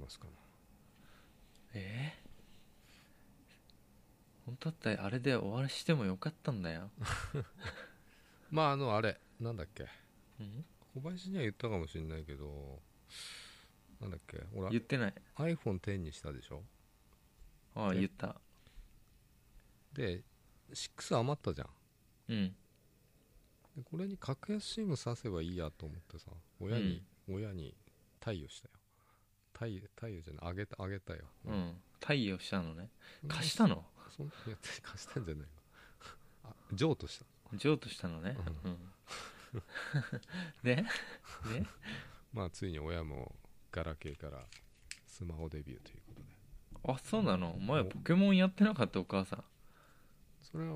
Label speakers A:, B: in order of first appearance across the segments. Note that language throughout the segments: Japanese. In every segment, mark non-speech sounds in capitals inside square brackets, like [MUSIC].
A: ますかね
B: ええ本当だったらあれで終わらしてもよかったんだよ、
A: まああのあれなんだっけ
B: うん、
A: 小林には言ったかもしれないけどなんだっけ俺
B: 言ってない
A: iPhone10 にしたでしょ
B: ああ
A: え
B: 言った
A: で6余ったじゃん
B: うん
A: でこれに格安シム挿せばいいやと思ってさ親に、親に貸与したよ貸与貸与じゃないあげたあげたよ、
B: うん対応したのね
A: うん
B: 貸したの
A: そんいや貸したんじゃないわあ譲渡した
B: 譲渡したのねうん [LAUGHS] でで
A: まあついに親もガラケーからスマホデビューということで
B: あそうなのお前ポケモンやってなかったお母さん
A: それは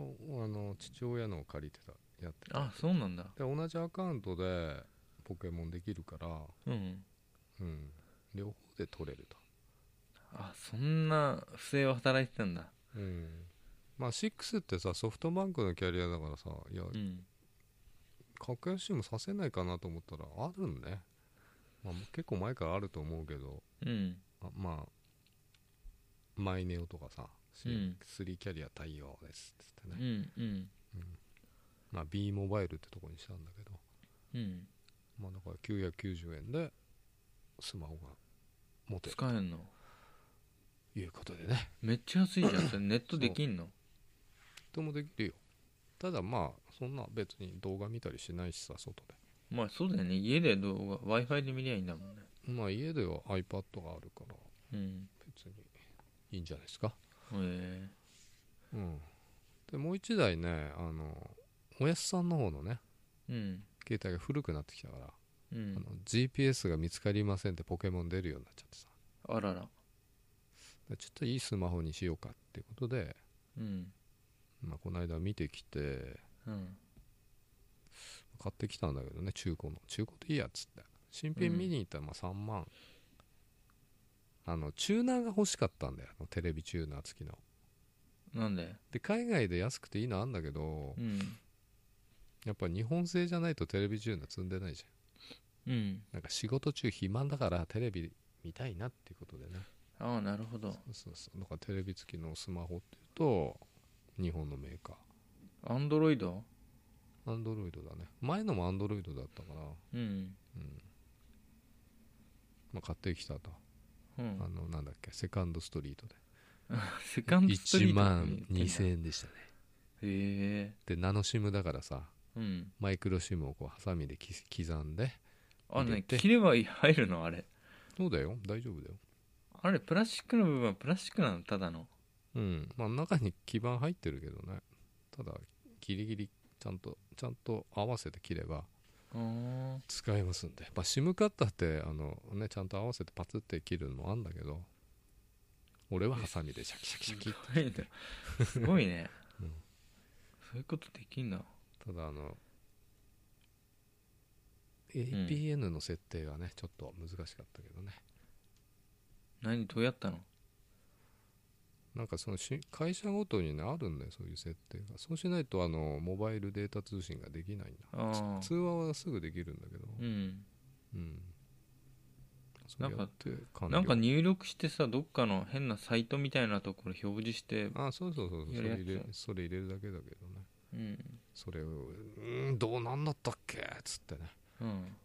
A: あの父親のを借りてたやってた
B: あそうなんだ
A: で同じアカウントでポケモンできるから、
B: うん
A: うん、両方で取れると、
B: あそんな不正を働いてたんだ
A: うん、まあ6ってさソフトバンクのキャリアだからさいや
B: うん
A: 格安シムさせないかなと思ったらあるんね、まあ、結構前からあると思うけど
B: うん
A: あまあマイネオとかさ、
B: う
A: ス
B: ん
A: 3キャリア対応ですっつって
B: う
A: ね、
B: んうん
A: まあ、B モバイルってとこにしたんだけど、
B: うん
A: まあ、だから990円でスマホが持てる
B: 使えんの
A: ということでね
B: めっちゃ安いじゃんそれネットできんの
A: ともできるよただまあそんな別に動画見たりしないしさ外で
B: まあそうだよね家で動画 w i f i で見りゃいいんだもんね
A: まあ家では iPad があるから
B: うん
A: 別にいいんじゃないですか
B: へ
A: うんでもう一台ねあのおやすさんの方のね
B: えうん
A: 携帯が古くなってきたから、
B: う
A: あの
B: ん
A: GPS が見つかりませんってポケモン出るようになっちゃってさ
B: あらら
A: でちょっといいスマホにしようかってことで、
B: うん
A: まあ、この間見てきて
B: うん
A: 買ってきたんだけどね中古の中古でいいやっつって新品見に行ったらまあ3万、あのチューナーが欲しかったんだよあのテレビチューナー付きの
B: なんで
A: で海外で安くていいのあんだけど
B: うん
A: やっぱ日本製じゃないとテレビチューナー積んでないじゃん
B: うん
A: なんか仕事中暇だからテレビ見たいなっていうことでね
B: ああなるほど
A: そうそうそうだからテレビ付きのスマホっていうと日本のメーカ
B: アンドロイド
A: ーアンドロイドだね前のもアンドロイドだったから、
B: うん
A: うんまあ、買ってきたと、あ
B: うん
A: のなんだっけセカンドストリートで
B: セカンドストリー
A: 1
B: ト
A: 万2000
B: へ
A: 円でしたね
B: え
A: でナノシムだからさ
B: うん
A: マイクロシムをこうハサミでき刻んで
B: あ
A: 入れ
B: ね
A: て
B: 切れば入るのあれ
A: そうだよ大丈夫だよ
B: あれプラスチックの部分はプラスチックなのただの
A: うんまあ中に基板入ってるけどねただギリギリちゃんとちゃんと合わせて切れば
B: あ
A: 使えますんでまあ SIM カッターってあのねちゃんと合わせてパツって切るのもあんだけど俺はハサミでシャキシャキシャキって
B: あすごいね
A: [LAUGHS] うん
B: そういうことできんだ
A: ただあの APN の設定がねちょっと難しかったけどね
B: 何どうやったの
A: なんかそのし会社ごとにねあるんだよそういう設定がそうしないとあのモバイルデータ通信ができないんだ
B: ああ
A: 通話はすぐできるんだけど
B: うん
A: うんそ
B: な
A: うん
B: か
A: やって完了
B: なんか入力してさどっかの変なサイトみたいなところ表示して
A: あそうそうそうそうそ
B: や
A: れ
B: るやつ
A: 入れそれ入れるだけだけどね
B: うん
A: それを「うーんどうなんだったっけ?」っつってね
B: うん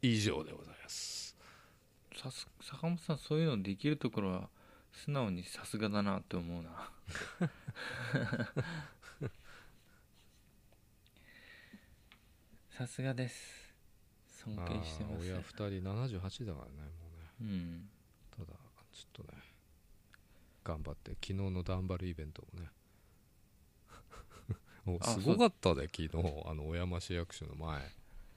A: 以上でございます
B: さす坂本さんそういうのできるところは素直にさすがだなって思うなさすがです尊
A: あ
B: 敬して
A: ー
B: ます
A: 親2人78だからねもうね
B: うん
A: ただちょっとね頑張って昨日のダンバルイベントもね [LAUGHS] もう
B: あ
A: すごかったで昨日あの小山市役所の前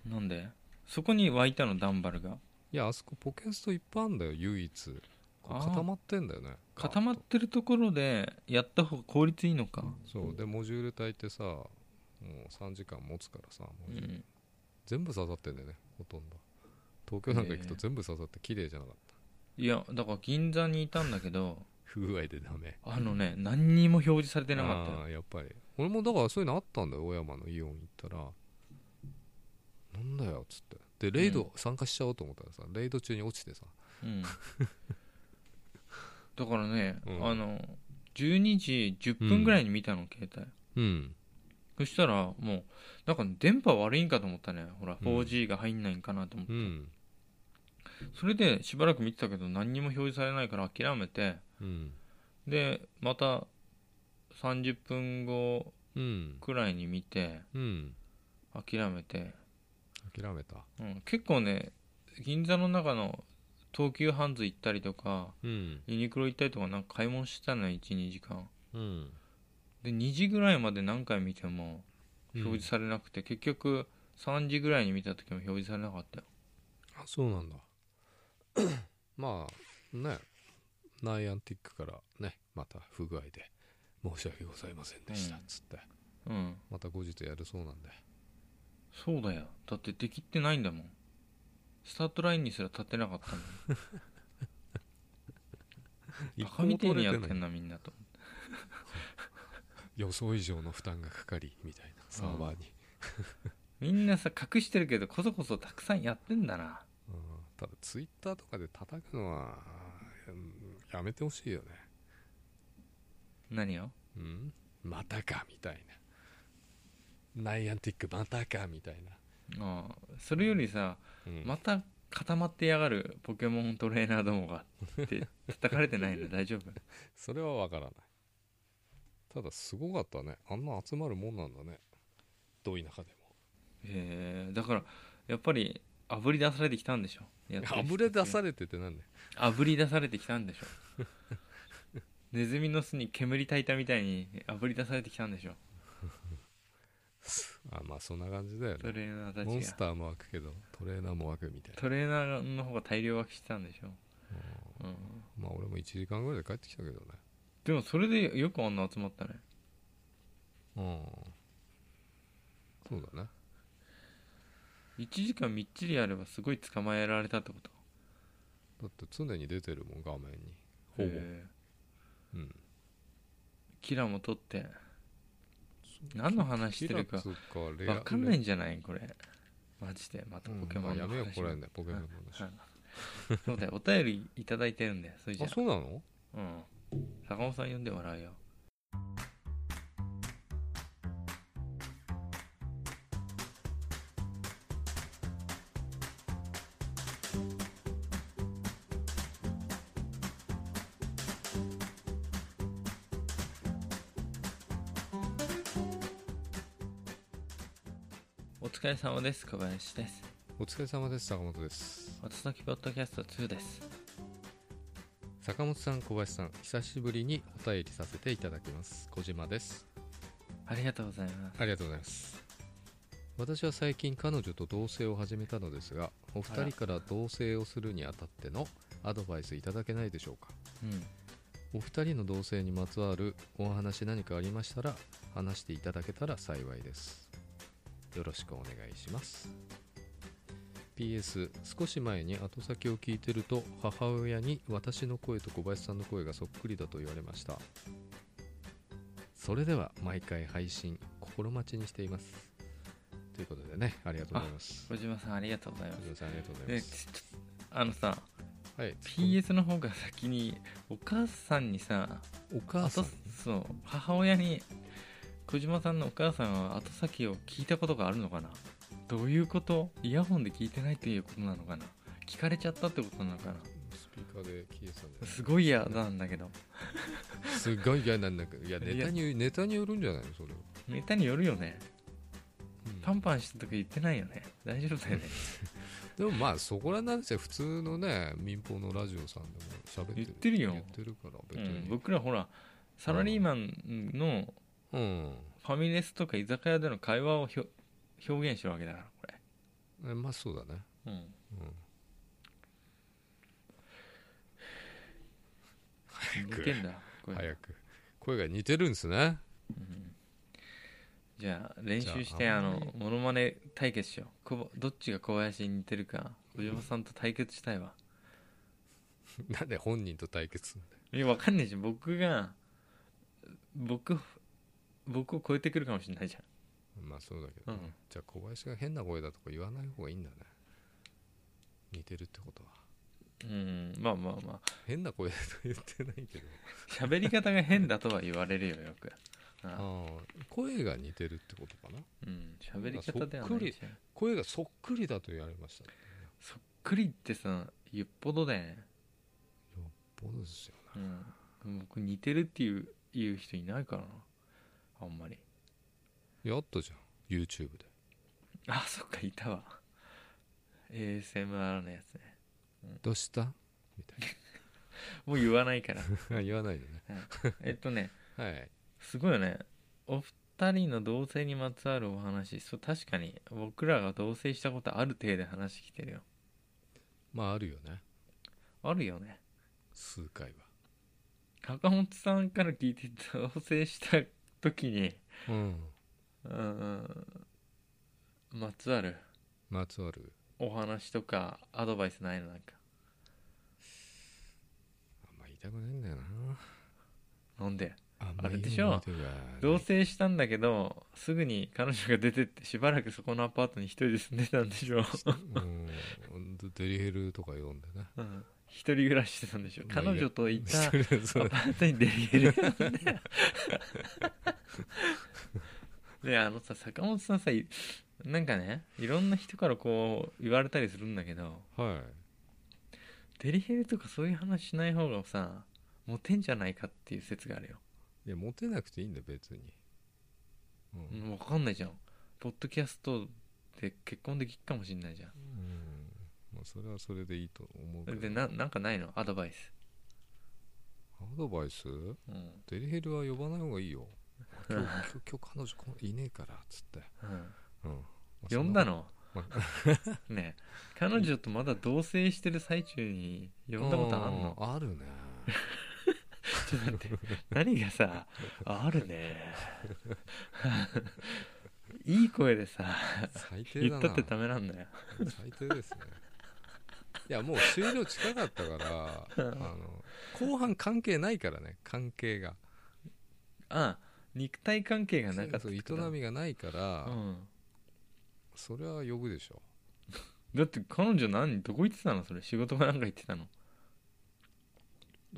B: なんでそこに湧いたのダンバルが
A: いやあそこポケストいっぱいあんだよ唯一こ
B: あ
A: う
B: ー
A: 固まってんだよね
B: 固まってるところでやった方が効率いいのか
A: そうでモジュール体ってさもう3時間持つからさモ
B: う
A: ジュール
B: ん
A: 全部刺さってんだよねほとんど東京なんか行くと
B: へえ
A: 全部刺さって綺麗じゃなかった
B: いやだから銀座にいたんだけど
A: 不具合でダメ
B: あのね何にも表示されてなかったよ
A: あーやっぱり俺もだからそういうのあったんだよ小山のイオン行ったらなんだよっつってでレイ
B: うん
A: ド参加しちゃおうと思ったらさ、レイド中に落ちてさ
B: うん、 [LAUGHS] だからね、
A: うん
B: あの12時10分ぐらいに見たの、携帯
A: うん
B: そしたらもうなんか電波悪いんかと思ったねほら
A: うん
B: 4G が入んないんかなと思って、
A: うん
B: それでしばらく見てたけど何にも表示されないから諦めて
A: うん
B: でまた30分後
A: うん
B: くらいに見て
A: うん
B: 諦めて、
A: 諦めた
B: うん、結構ね銀座の中の東急ハンズ行ったりとか
A: うん
B: ユニクロ行ったりとかなんか買い物してたのよ12時間
A: うん
B: で2時ぐらいまで何回見ても表示されなくて、結局3時ぐらいに見た時も表示されなかったよ
A: あそうなんだ [COUGHS] まあねナイアンティックからねまた不具合で申し訳ございませんでした
B: う
A: っ
B: ん
A: つって、
B: うん
A: また後日やるそうなんで
B: そうだよだってできってないんだもんスタートラインにすら立ってなか [LAUGHS] ったもんバカみてえにやってんなみんなと
A: 予想以上の負担がかかりみたいなサーバーに、
B: みんなさ隠してるけどこそこそたくさんやってんだな
A: うんただツイッターとかで叩くのはうんやめてほしいよね
B: 何よ
A: うんまたかみたいなナイアンティックまたかみたいな、
B: ああそれよりさ、
A: うん
B: また固まってやがるポケモントレーナーどもがって叩かれてないの大丈夫
A: それはわからないただすごかったねあんな集まるもんなんだねど田舎で
B: えーだからやっぱりあぶり出されてきたんでしょやって
A: もあ
B: る人
A: ぶれ出されててなんで
B: あぶり出されてきたんでしょ [LAUGHS] ネズミの巣に煙たいたみたいにあぶり出されてきたんでしょ
A: あまあそんな感じだよ
B: ト
A: ね
B: レーナーた
A: モン
B: ち
A: ス
B: が
A: ターも湧くけどトレーナーも湧くみたいな
B: トレーナーの方が大量湧きしてたんでしょ、うん、
A: まあ俺も1時間ぐらいで帰ってきたけどね
B: でもそれでよくあんな集まったね
A: うんそうだね
B: 1時間みっちりやればすごい捕まえられたってこと
A: だって常に出てるもん画面にほぼ、
B: えー
A: うん
B: キラも取って何の話してるか
A: キラツかレア
B: 分かんないんじゃないこれマジでまた
A: うん
B: ポケモン
A: まあ
B: の
A: やめよう
B: 話
A: これねポケモンの話
B: はいそうだよお便りいただいてるんだよそれじゃ
A: あそうなの
B: うん坂本さん読んで笑うよお疲れ様です小林です
A: お疲れ様です坂本です
B: 私のポッドキャスト2です
A: 坂本さん小林さん久しぶりにお便りさせていただきます小島です
B: ありがとうございます
A: ありがとうございます私は最近彼女と同棲を始めたのですがお
B: あ
A: 二
B: ら
A: 人から同棲をするにあたってのアドバイスいただけないでしょうか
B: うん
A: お二人の同棲にまつわるお話何かありましたら話していただけたら幸いですよろしくお願いします PS 少し前に後先を聞いてると母親に私の声と小林さんの声がそっくりだと言われましたそれでは毎回配信心待ちにしていますということでねありがとうございます
B: 小島さんありがとうございます
A: 小島さんありがとうござい
B: で
A: ま
B: ち
A: す、
B: ちょあのさ
A: はい
B: PS の方が先にお母さんにさ
A: お母さん
B: 後そう母親に小島さんのお母さんは後先を聞いたことがあるのかなどういうことイヤホンで聞いてないっていうことなのかな聞かれちゃったってことなのかな
A: スピーカーで消えてたんじゃない
B: すごい嫌なんだけど
A: すごい嫌なんだけどいやネタにネタによるんじゃないのそれは、
B: ネタによるよね
A: うん
B: パンパンしてとか言ってないよね大丈夫だよね
A: でもまあそこらなんせ普通のね民放のラジオさんでも喋ってる
B: 言ってるよ
A: 言ってるから
B: う
A: 別
B: ん、
A: に
B: 僕らほらサラリーマンの
A: うん、
B: ファミレスとか居酒屋での会話をひょ表現してるわけだからこ
A: えまあそうだね
B: れうん似てんだこれ、
A: 早く声が似てるんですね [LAUGHS]
B: うんじゃあ練習し
A: じ
B: て
A: ゃあ
B: あ
A: あんま
B: の
A: り
B: モノマネ対決しようこどっちが小林に似てるか小島さんと対決したいわ
A: なんで本人と対決するんだよ
B: いやわかんないじゃん僕が僕僕を超えてくるかもしれないじ
A: まあそうだけ
B: ゃ
A: ど、
B: ん、うん、
A: じゃあ小林が変な声だとか言わない方がいいんだね似てるってことは
B: うんまあまあまあ
A: 変な声と言ってないけど
B: 喋り方が変だとは言われるよよく
A: あ
B: あ
A: ー声が似てるってことかな
B: うん喋り方ではないじゃん
A: 声がそっくりだと言われましたね
B: そっくりってさよっぽどだよね、
A: ボロですよね
B: うん、僕似てるっていういう人いないからなあんまり
A: やったじゃん YouTube で
B: あそっかいたわ ASMR のやつね
A: どうしたみた
B: もう言わないから、
A: いな [LAUGHS] 言わないでね
B: えっとね
A: はい
B: すごいよねお二人の同棲にまつわるお話そう確かに僕らが同棲したことある程度話してるよ
A: まああるよね
B: あるよね
A: 数回は
B: 坂本さんから聞いて同棲した時に
A: うん
B: うんまつわる
A: まつわる
B: お話とかアドバイスないのなんか
A: あんま言いたくないんだよな
B: なんで
A: あんま
B: あれ
A: 言
B: で
A: い
B: しょ
A: たくない
B: 同棲したんだけどすぐに彼女が出てってしばらくそこのアパートに一人で住んでたんでしょ、
A: うんデリヘルとか読んでね
B: うん、一人暮らししてたんでしょ [LAUGHS] 彼女といた
A: そ
B: [LAUGHS] ア
A: う
B: パートに出入りなんだよであのさ坂本さんさいなんかねいろんな人からこう言われたりするんだけど
A: はい
B: デリヘルとかそういう話しない方がさモテんじゃないかっていう説があるよ、
A: いやモテなくていいんだよ別に、うん
B: うん、分かんないじゃんポッドキャストで結婚できっかもしんないじゃん
A: うんまあ、それはそれでいいと思うけ
B: それで
A: ど
B: ななんかないのアドバイス、
A: アドバイス
B: うん
A: デリヘルは呼ばない方がいいよ今日今日今日彼女こいねえからっつって、
B: うん
A: うんまあ
B: 呼んだの
A: そんな [LAUGHS]
B: [LAUGHS] ねえ彼女とまだ同棲してる最中に呼んだことあんの
A: あ
B: [LAUGHS]
A: るね
B: ちょっと待って何
A: [LAUGHS]
B: がさあるね [LAUGHS] いい声でさ
A: 最低だ
B: 言った
A: な
B: ってダメなんだよ
A: 最低ですねいやもう終了近かったからあの後半関係ないからね関係が
B: あ肉体関係がなかった
A: そう
B: ってことだ
A: 営みがないから、
B: うん
A: それは呼ぶでしょ
B: だって彼女何どこ行ってたのそれ仕事かなんか行ってた
A: だ
B: の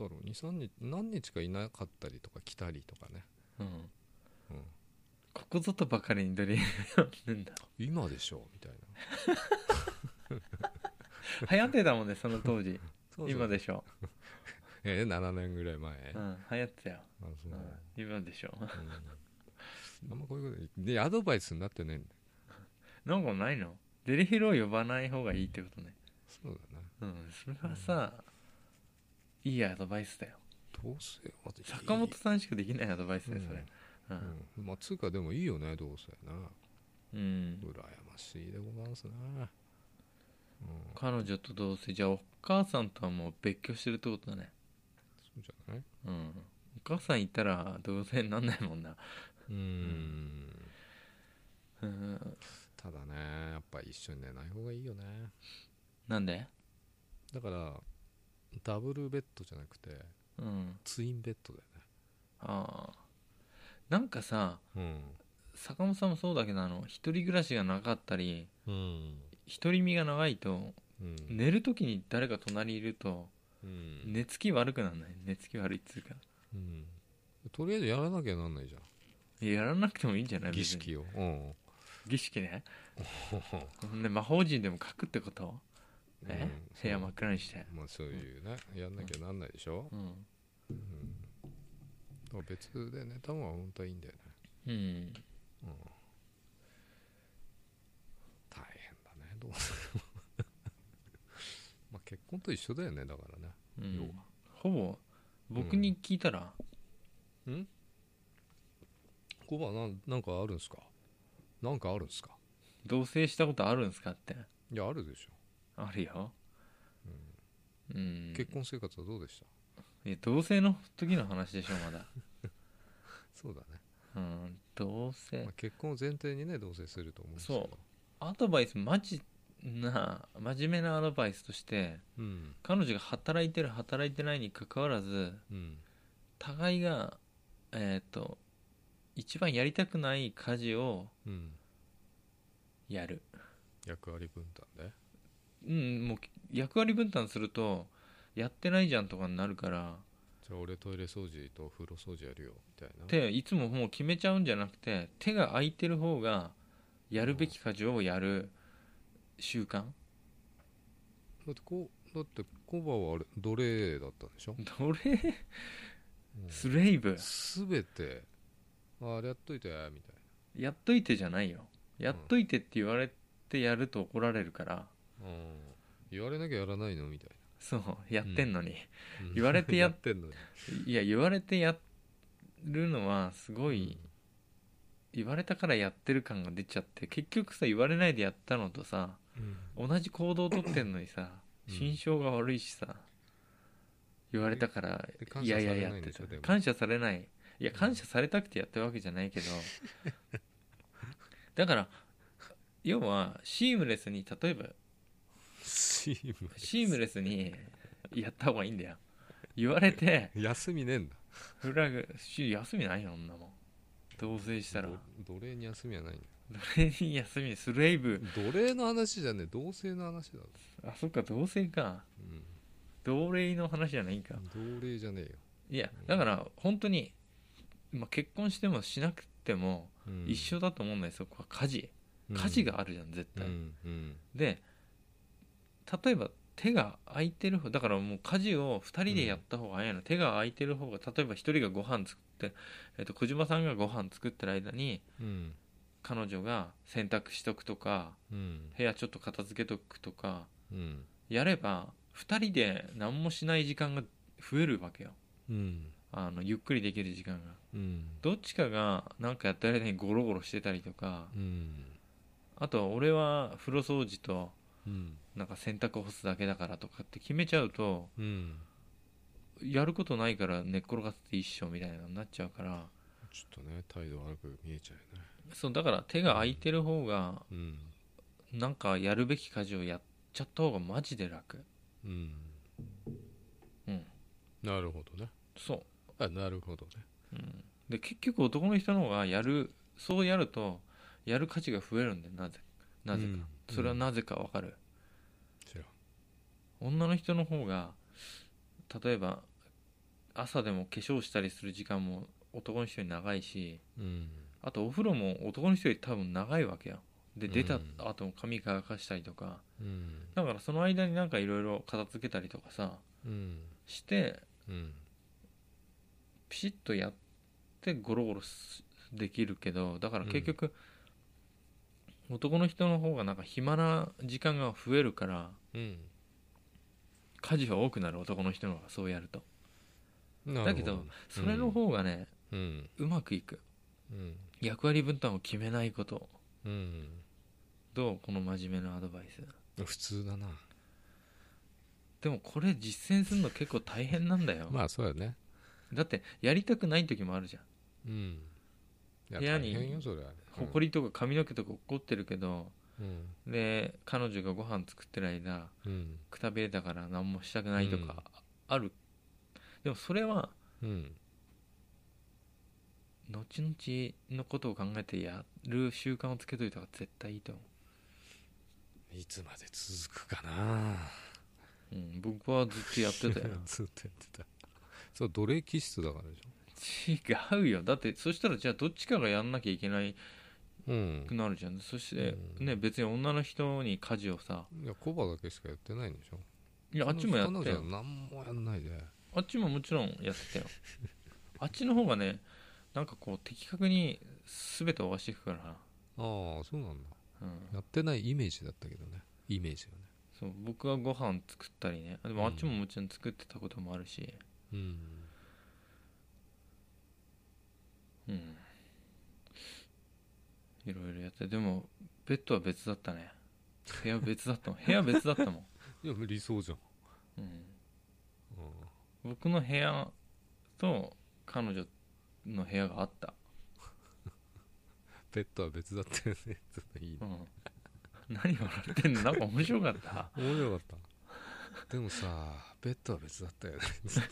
A: ろう23日何日かいなかったりとか来たりとかね、
B: うん
A: うん、
B: ここぞとばかりにどれ読んだ
A: 今でしょみたいな
B: 流行ってたもんねその当時
A: [LAUGHS] そうそう
B: 今でしょ、
A: えー7年ぐらい前、
B: う
A: あ
B: ん、流行ってたよ、
A: そううん
B: 今でしょ [LAUGHS]
A: うんあんまこういうことでアドバイスになってないんだ
B: なんかないのデリヘルを呼ばない方がいいってことね
A: そうだな
B: うんそれはさ、いいアドバイスだよ
A: 同棲はでき
B: 坂本さんしかできないアドバイスだよそれう
A: うん
B: ん、
A: うんまあつうかでもいいよね同棲な
B: うん
A: 羨ましいでございますねうん
B: 彼女と同棲じゃあお母さんとはもう別居してるってことだね
A: そうじゃない
B: うんお母さんいたら同棲になんないもんな
A: うん
B: うん
A: ただねやっぱ一緒に寝ない方がいいよね
B: なんで
A: だからダブルベッドじゃなくて
B: うん
A: ツインベッドだよ
B: ああなんかさ
A: ね
B: 坂本さんもそうだけどあの一人暮らしがなかったり
A: うんうん
B: 独り身が長いと
A: うん
B: 寝る時に誰か隣いると
A: うん
B: 寝つき悪くなんない寝つき悪いっつうか
A: うんとりあえずやらなきゃなんないじゃん
B: いややらなくてもいいんじゃない
A: 儀
B: 別に
A: 式を [LAUGHS] うん
B: 儀式ねね魔法陣でも書くってことえ、
A: うん
B: 部屋真っ暗にして
A: まあそういうねやんなきゃなんないでしょ
B: うん、
A: うんだから別で寝た方が本当はいいんだよね
B: うん、
A: 大変だねどうする [LAUGHS] まあ結婚と一緒だよねだからね要は
B: ほぼ僕に聞いたら、
A: コバなんなんかあるんすかなんかあるんすか
B: 同棲したことあるんですかって
A: いやあるでしょ、
B: あるようん
A: 結婚生活はどうでした
B: いや同棲の時の話でしょまだ [LAUGHS]
A: そうだね、
B: うん同棲
A: まあ、結婚を前提にね同棲すると思うんですけど
B: そアドバイスマジな真面目なアドバイスとして
A: ううん
B: 彼女が働いてる働いてないにかかわらず
A: うん
B: 互いがえっ、と一番やりたくない家事を
A: うん
B: やる
A: 役割分担で
B: うんもう役割分担するとやってないじゃんとかになるから
A: じゃあ俺トイレ掃除とお風呂掃除やるよみたいな
B: でいつももう決めちゃうんじゃなくて手が空いてる方がやるべき家事をやる習
A: だ
B: 慣
A: ってこうだってコバはあれ奴隷だったんでしょ、
B: どれスレイブ
A: すべてああれやっといてみたい
B: やっといてじゃないよやっといてって言われてやると怒られるから
A: な、うん、言われなきゃやらないのみたい
B: そうやってんのに、
A: な
B: 言われてやっ
A: て [LAUGHS] んのに
B: いや言われてやるのはすごい、言われたからやってる感が出ちゃって結局さ言われないでやったのとさ
A: うん
B: 同じ行動をとってんのにさ
A: うん
B: 心象が悪いしさ言われたから
A: で感
B: い
A: 謝
B: やい
A: さ
B: や
A: れ
B: やっ
A: ないん
B: て
A: でしょ
B: た
A: でも
B: 感謝されないいや
A: うん
B: 感謝されたくてやってるわけじゃないけどだから要はシームレスに例えば
A: チーム
B: シームレスにやった方がいいんだよ言われて
A: 休みねえんだ
B: フラグし休みないよ女も同棲したら
A: 奴奴隷に休みはないんだ
B: 奴隷に休みスレイブ
A: 奴隷の話じゃねえ同性の話だろ、
B: あそっか同棲か
A: うん
B: 同隷の話じゃないんか
A: 奴隷じゃねえよ、
B: いやだから本当にまあ結婚してもしなくても
A: うん
B: 一緒だと思うんだよそこは家事家事があるじゃん絶
A: うん
B: 対、
A: うん
B: で例えば手が空いてる方だからもう家事を2人でやった方が早いの、手が空いてる方が例えば1人がご飯作って、えっと小島さんがご飯作ってる間に
A: うん
B: 彼女が洗濯しとくとか
A: うん
B: 部屋ちょっと片付けとくとか
A: うん
B: やれば2人で何もしない時間が増えるわけよ
A: うん
B: あのゆっくりできる時間が
A: うん
B: どっちかがなんかやった間にゴロゴロしてたりとか
A: うん
B: あと俺は風呂掃除と
A: うん
B: なんか洗濯干すだけだからとかって決めちゃうと
A: うん
B: やることないから寝っ転がって一緒みたいなのになっちゃうから
A: ちょっとね態度悪く見えちゃうよね
B: そうだから手が空いてる方が
A: うん
B: なんかやるべき家事をやっちゃった方がマジで楽
A: うん
B: うん
A: なるほどね
B: そ
A: あなるほどね
B: う、うん、で結局男の人の方がやるそうやるとやる価値が増えるんだよなぜなぜか、
A: うん
B: それはなぜかわかる
A: 知らん
B: 女の人の方が例えば朝でも化粧したりする時間も男の人より長いし
A: うん
B: あとお風呂も男の人より多分長いわけよで
A: うん
B: 出た後も髪乾かしたりとか、
A: うん
B: だからその間になんかいろいろ片付けたりとかさ
A: うん
B: して
A: うん
B: ピシッとやってゴロゴロすできるけどだから結局、男の人の方がなんか暇な時間が増えるから
A: うん
B: 家事は多くなる男の人の方がそうやると
A: な
B: だ
A: る
B: け
A: ほ
B: ど
A: ど
B: それの方がね、
A: うん
B: うまくいく
A: うん
B: 役割分担を決めないこと
A: うん
B: どうこの真面目なアドバイス
A: 普通だな
B: でもこれ実践するの結構大変なんだよ、
A: まあそうだね
B: だってやりたくない時もあるじゃ
A: う
B: ん
A: んいや
B: 部屋に
A: 大変よそれ
B: 埃とか髪の毛とか怒ってるけど、
A: うん
B: で彼女がご飯作ってる間
A: うん
B: くたびれたから何もしたくないとかある、でもそれは
A: うん
B: 後々のことを考えてやる習慣をつけといた方が絶対いいと思
A: いつまで続くかな
B: う、うん、僕はずっとやって
A: [LAUGHS]
B: たよ
A: ずっとやってたそう奴隷気質だからでし
B: 違うよだってそしたらじゃあどっちかがやんなきゃいけない
A: ょうん
B: くなるじゃんそして、
A: うん
B: ね別に女の人に家事をさ
A: いやコバだけしかやってないんでしょ
B: いやあっちもやった
A: 彼女は
B: よ
A: 何もやんないで
B: あっちももちろんやってたよあっちの方がねなんかこう的確に全てをわしていくから、
A: ああそうなんだ
B: うん、
A: やってないイメージだったけどねイメージよね
B: そう僕はご飯作ったりねでも
A: う
B: あ
A: ん
B: っちももちろん作ってたこともあるし
A: うん
B: うんいろいろやってでもベッドは別だったね部屋別だった [LAUGHS] もん部屋別だったもん、
A: いや理想じゃん
B: うん、
A: うん
B: 僕の部屋と彼女の部屋があった
A: ペットは別だったよね [LAUGHS] ちょっといいね
B: うん、何笑ってんのなんか面白かった
A: 面白かったでもさベッドは別だったよねつっ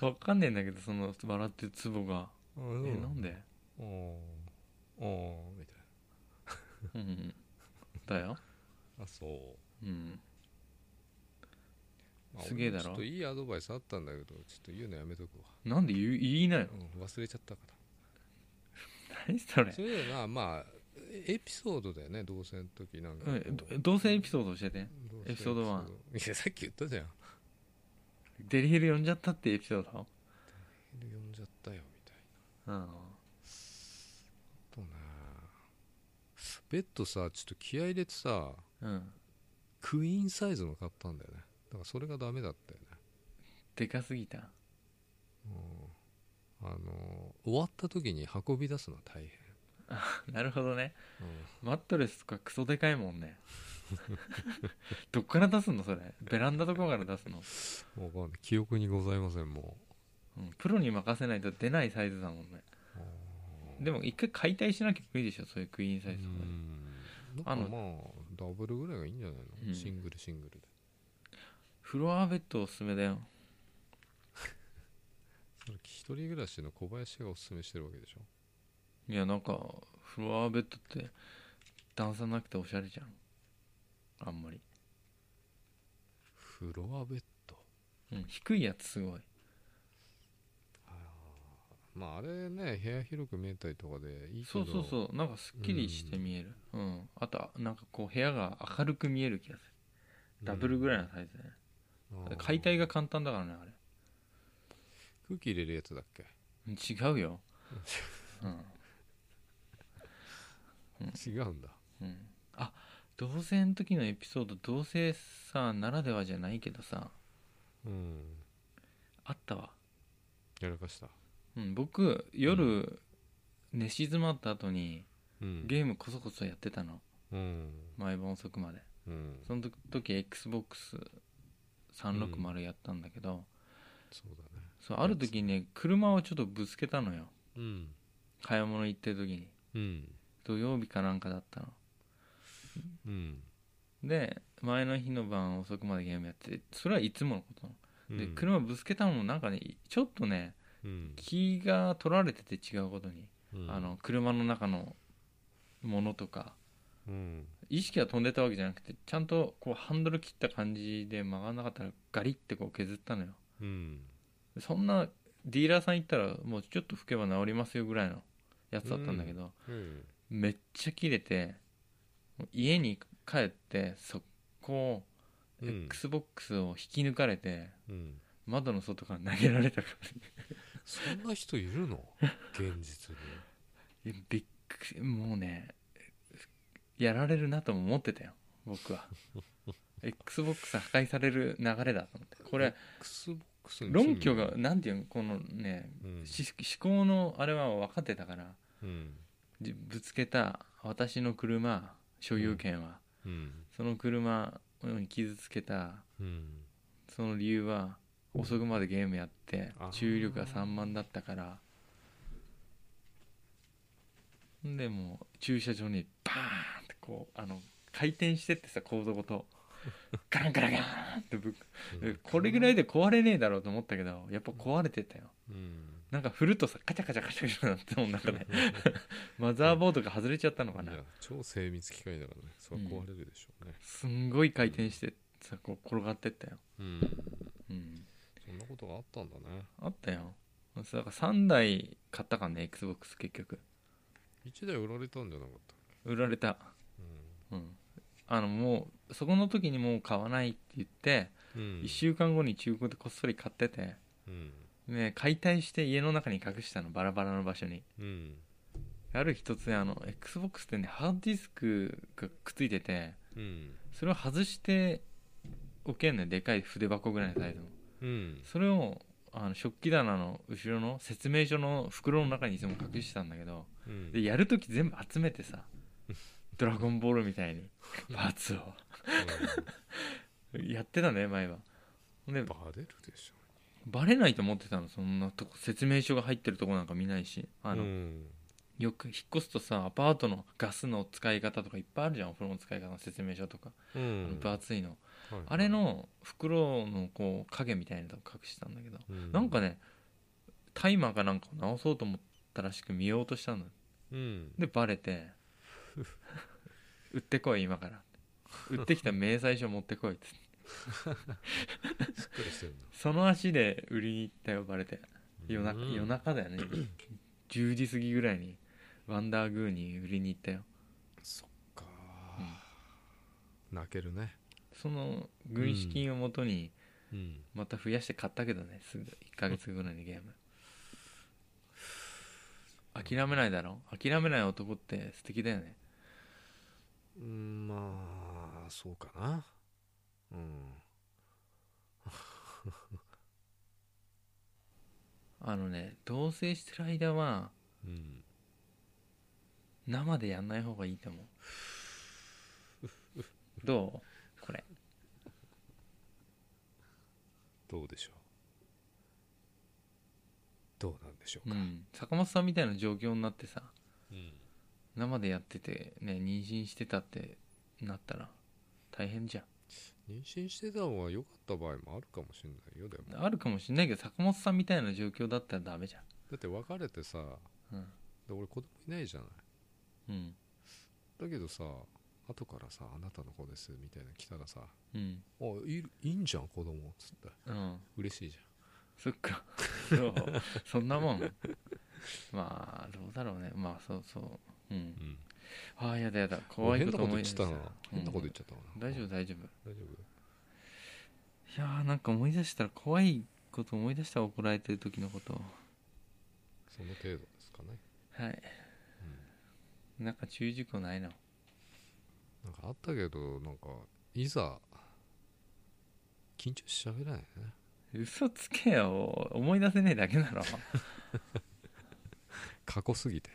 A: て
B: わかんねえんだけどその笑ってるツボが、
A: あ
B: [LAUGHS] え
A: そう
B: なんで、
A: おーおーみたい
B: うん、だよ
A: あそう
B: うん
A: まあ
B: すげえだ
A: 俺もち
B: ろ
A: ょっといいアドバイスあったんだけどちょっと言うのやめとくわ、
B: なんで言う言いなよ
A: うん、忘れちゃったか
B: 何そ
A: ら
B: れ
A: そういうのはまあエピソードだよね同棲の時なんかこ
B: う
A: うん
B: ど同棲エピソード教えて
A: 同棲
B: エピソードワン
A: エピソードいやさっき言ったじゃん
B: デリヘル呼んじゃったってエピソード
A: 呼んじゃったよみたいな
B: うん
A: あとなベッドさちょっと気合い入れてさ
B: うん
A: クイーンサイズの買ったんだよねだからそれがダメだったよね
B: でかすぎた
A: うんあの終わった時に運び出すのは大変、
B: なるほどね
A: うん
B: マットレスとかクソでかいも [LAUGHS] んねどっから出すのそれベランダとかから出すの、
A: もうわかんない記憶にございませんも
B: うん、プロに任せないと出ないサイズだもんね
A: う
B: でも一回解体しなきゃ無理でしょそういうクイーンサイズとかね
A: うん
B: あ
A: だ
B: の
A: からまあダブルぐらいがいいんじゃないの、
B: うん
A: シングルシングルで
B: フロアベッドおすすめだよ
A: それ一人暮らしの小林がおすすめしてるわけでしょ
B: いやなんかフロアベッドって段差なくておしゃれじゃんあんまり、
A: フロアベッド
B: うん、低いやつすごい
A: まああれね部屋広く見えたりとかでいいけ
B: そ
A: ど
B: うそうそうなんかすっきりして見えるうん、あとなんかこう部屋が明るく見える気がするダブルぐらいのサイズだ
A: う
B: ね、
A: ん
B: 解体が簡単だからねあれ
A: 空気入れるやつだっけ
B: 違う
A: [LAUGHS]
B: ようん、
A: 違うんだ
B: うん、あ同棲の時のエピソード同棲さならではじゃないけどさ
A: うん
B: あったわ、
A: やらかした
B: うん、僕夜、寝静まった後に
A: うん
B: ゲームこそこそやってたの
A: うん
B: 毎晩遅くまで
A: うん
B: その時 XBOX360 やったんだけど、
A: そうだね
B: そうある時にね車をちょっとぶつけたのよ
A: うん
B: 買い物行ってる時に
A: うん
B: 土曜日かなんかだったの
A: うん
B: で前の日の晩遅くまでゲームやっててそれはいつものことなので
A: うん
B: 車ぶつけたのもなんかねちょっとね
A: うん
B: 気が取られてて違うことに、
A: うん
B: あの車の中のものとか
A: うん
B: 意識が飛んでたわけじゃなくてちゃんとこうハンドル切った感じで曲がんなかったらガリってこう削ったのよ
A: うん
B: そんなディーラーさん行ったらもうちょっと吹けば治りますよぐらいのやつだったんだけど、
A: うん
B: めっちゃ切れてもう家に帰って速攻
A: うん
B: XBOX を引き抜かれて、
A: うん
B: 窓の外から投げられたから
A: そんな人いるの現実に
B: いやびっくりもうねやられるなとも思ってたよ
A: [LAUGHS]
B: 僕は XBOX は破壊される流れだと思って [LAUGHS] これ
A: XBOX に罪
B: 論拠がなんていうのこのね
A: うん
B: し思考のあれは分かってたから
A: うん
B: じぶつけた私の車所有権は、
A: うん
B: その車に傷つけた
A: うん
B: その理由は遅くまでゲームやって
A: あー
B: 注力が散漫だったからでもう駐車場にバーンってこうあの回転してってさコードご
A: [LAUGHS]
B: とガランガランガランってぶっこれぐらいで壊れねえだろうと思ったけどやっぱ壊れてたよ
A: うん
B: なんか振るとさカチャカチャカチャカチャなってもんなんかねマザーボードが外れちゃったのか
A: い
B: な
A: や超精密機械だからねそれは壊れるでしょうね
B: すんごい回転してさこう転がってったよ
A: うん
B: うん
A: そんなことがあったんだね
B: あったよだから3台買ったかね XBOX 結局
A: 1台売られたんじゃなかったっ
B: 売られた
A: け
B: うんあのもうそこの時にもう買わないって言って、
A: うん
B: 1週間後に中古でこっそり買ってて、
A: うん
B: ね、解体して家の中に隠したのバラバラの場所に
A: うん
B: ある日突然あの XBOX ってねハードディスクがくっついてて
A: うん
B: それを外して置けんねでかい筆箱ぐらいのサイズの
A: うん
B: それをあの食器棚の後ろの説明書の袋の中にいつも隠してたんだけど
A: うん
B: でやる時全部集めてさ「ドラゴンボール」みたいにパーツをやってたね前はで
A: バレるでしょ
B: バレないと思ってたのそんなとこ説明書が入ってるとこなんか見ないしあの、
A: うん
B: よく引っ越すとさアパートのガスの使い方とかいっぱいあるじゃんお風呂の使い方の説明書とか、
A: う
B: あの
A: ん
B: 分厚いの、
A: はい
B: あれの袋のこう影みたいなとこ隠してたんだけど、
A: う
B: なんかねタイマーかなんかを直そうと思ったらしく見ようとしたの
A: うん
B: でバレて売ってこい今から売ってきた明細書持ってこいっつって
A: しっかりしてるんだ
B: その足で売りに行った呼ばれて夜中
A: うん
B: 夜中だよね10時過ぎぐらいにワンダーグーに売りに行ったよ
A: そっか、泣けるね
B: その軍資金をもとに
A: うん
B: また増やして買ったけどねすぐ1ヶ月ぐらいにゲーム諦めないだろ諦めない男って素敵だよね
A: うんまあそうかなうん
B: あのね同棲してる間は
A: うん
B: 生でやんない方がいいと思うどうこれ
A: どうでしょうどうなんでしょう
B: う
A: か、
B: ん坂本さんみたいな状況になってさ
A: うん
B: 生でやっててね妊娠してたってなったら大変じゃん
A: 妊娠してた方が良かった場合もあるかもしれないよでもだ
B: あるかもしんないけど坂本さんみたいな状況だったらダメじ
A: って別れてさ
B: ゃんうん
A: で俺子供いないじゃない
B: うん
A: だけどさ後からさ「あなたの子です」みたいなの来たらさ「
B: うん
A: あいるいいんじゃん子供っつって
B: うん
A: 嬉しいじゃん
B: そっか [LAUGHS] そうそんなもんまあどうだろうねまあそうそううん
A: うん
B: ああやだやだ怖い
A: 変な
B: こと
A: こと
B: 思い
A: 言っ
B: 出
A: て
B: したた
A: な変なこと言っちゃったな
B: うん大丈夫大丈夫
A: 大丈夫
B: いやーなんか思い出したら怖いこと思い出したら怒られてる時のこと
A: その程度ですかね
B: はい、なんか注意事項ないの
A: なんかあったけどなんかいざ緊張しちゃべらないね
B: 嘘つけよ思い出せねえだけだろ [LAUGHS]
A: 過去すぎて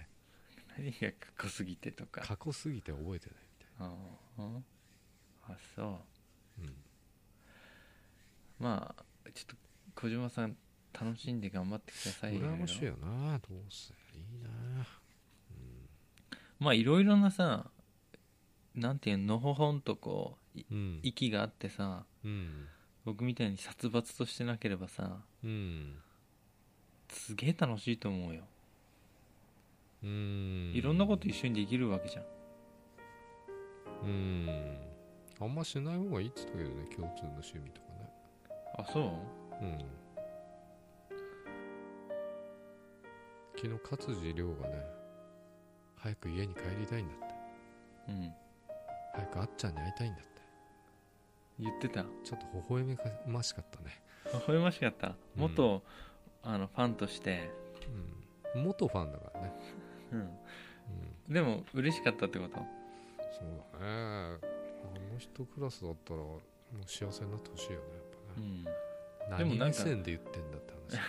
B: 何がかっこすぎてとか
A: 過去すぎて覚えてないみたい
B: あああそう
A: なうん
B: まあちょっと小島さん楽しんで頑張ってください
A: 羨ましい
B: ろ
A: よ
B: ろ
A: などうせいいな
B: まあいろいろなさなんていうののほほんとこうい
A: うん
B: 息があってさ
A: うん
B: 僕みたいに殺伐としてなければさ
A: うん
B: すげえ楽しいと思うよ
A: うん
B: いろんなこと一緒にできるわけじゃん
A: うんあんましない方がいいって言ったけどね共通の趣味とかね
B: あそう
A: うん昨日勝地涼がね早く家に帰りたいんだって
B: うん
A: 早くあっちゃんに会いたいんだって
B: 言ってた
A: ちょっと微笑ましかったね、
B: 微笑ましかった元、あのファンとして、
A: うん、元ファンだからね、
B: うん、
A: うん、
B: でも嬉しかったってこと
A: そうだねあの人クラスだったらもう幸せになってほしいよねやっぱ
B: う
A: ね、で
B: んでも
A: も
B: なんか
A: 何目線で言ってんだって話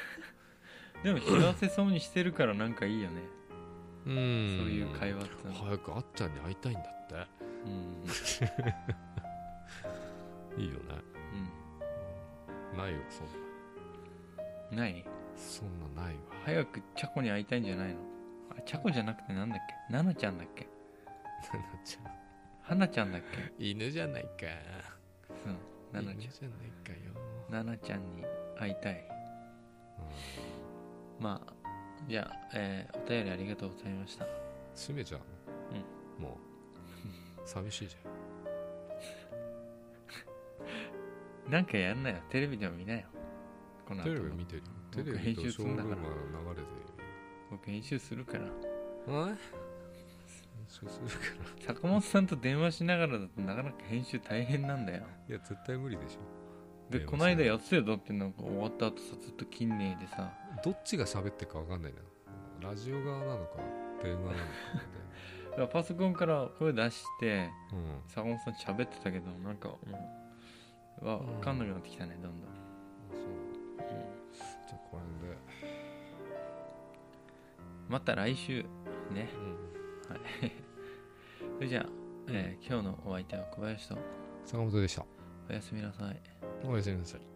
B: でも幸せそうにしてるからなんかいいよね
A: うん
B: [LAUGHS] そういう会話ってのは
A: 早くあっちゃんに会いたいんだっ
B: うん
A: ていいよね
B: う
A: ないよそんなん
B: ない
A: そんなないわ
B: 早くチャコに会いたいんじゃないのあチャコじゃなくてなんだっけナナちゃんだっけ
A: ななちゃん
B: ハナちゃんだっけ
A: 犬じゃないか
B: うんナナ
A: 犬
B: ち
A: じ
B: ゃん
A: ゃないかよ
B: ナナちゃんに会いたいまあじゃあ、えーお便りありがとうございました
A: 閉めちゃうのも [LAUGHS] う寂しいじゃん
B: なんかやんなよテレビでも見なよこの後
A: テレビ
B: も
A: 見てるよテ
B: 僕
A: レビ
B: 編
A: と
B: 集
A: シ
B: す
A: ョ
B: るん
A: ールー
B: だか
A: ム
B: ら
A: は流れて
B: 僕編集するから
A: るよはい編集するか
B: 坂本さんと電話しながらだとなかなか編集大変なんだよ
A: らいや絶対無理でしょ
B: で
A: 電話しながら
B: この間やってたよだってなんか終わった後さずっと近年でさ
A: [LAUGHS] どっちが喋ってるか分かんないなラジオ側なのか電話なのか
B: だからパソコンから声出して
A: で [LAUGHS] うん
B: 坂本さん喋ってたけどなんかもうわ分かんなくなってきたねどんどん
A: そうじゃあこれで
B: また来週ね
A: うん
B: はいそれじゃあ、えー今日のお相手は小林と
A: 坂本でした
B: おやすみなさい
A: おやすみなさい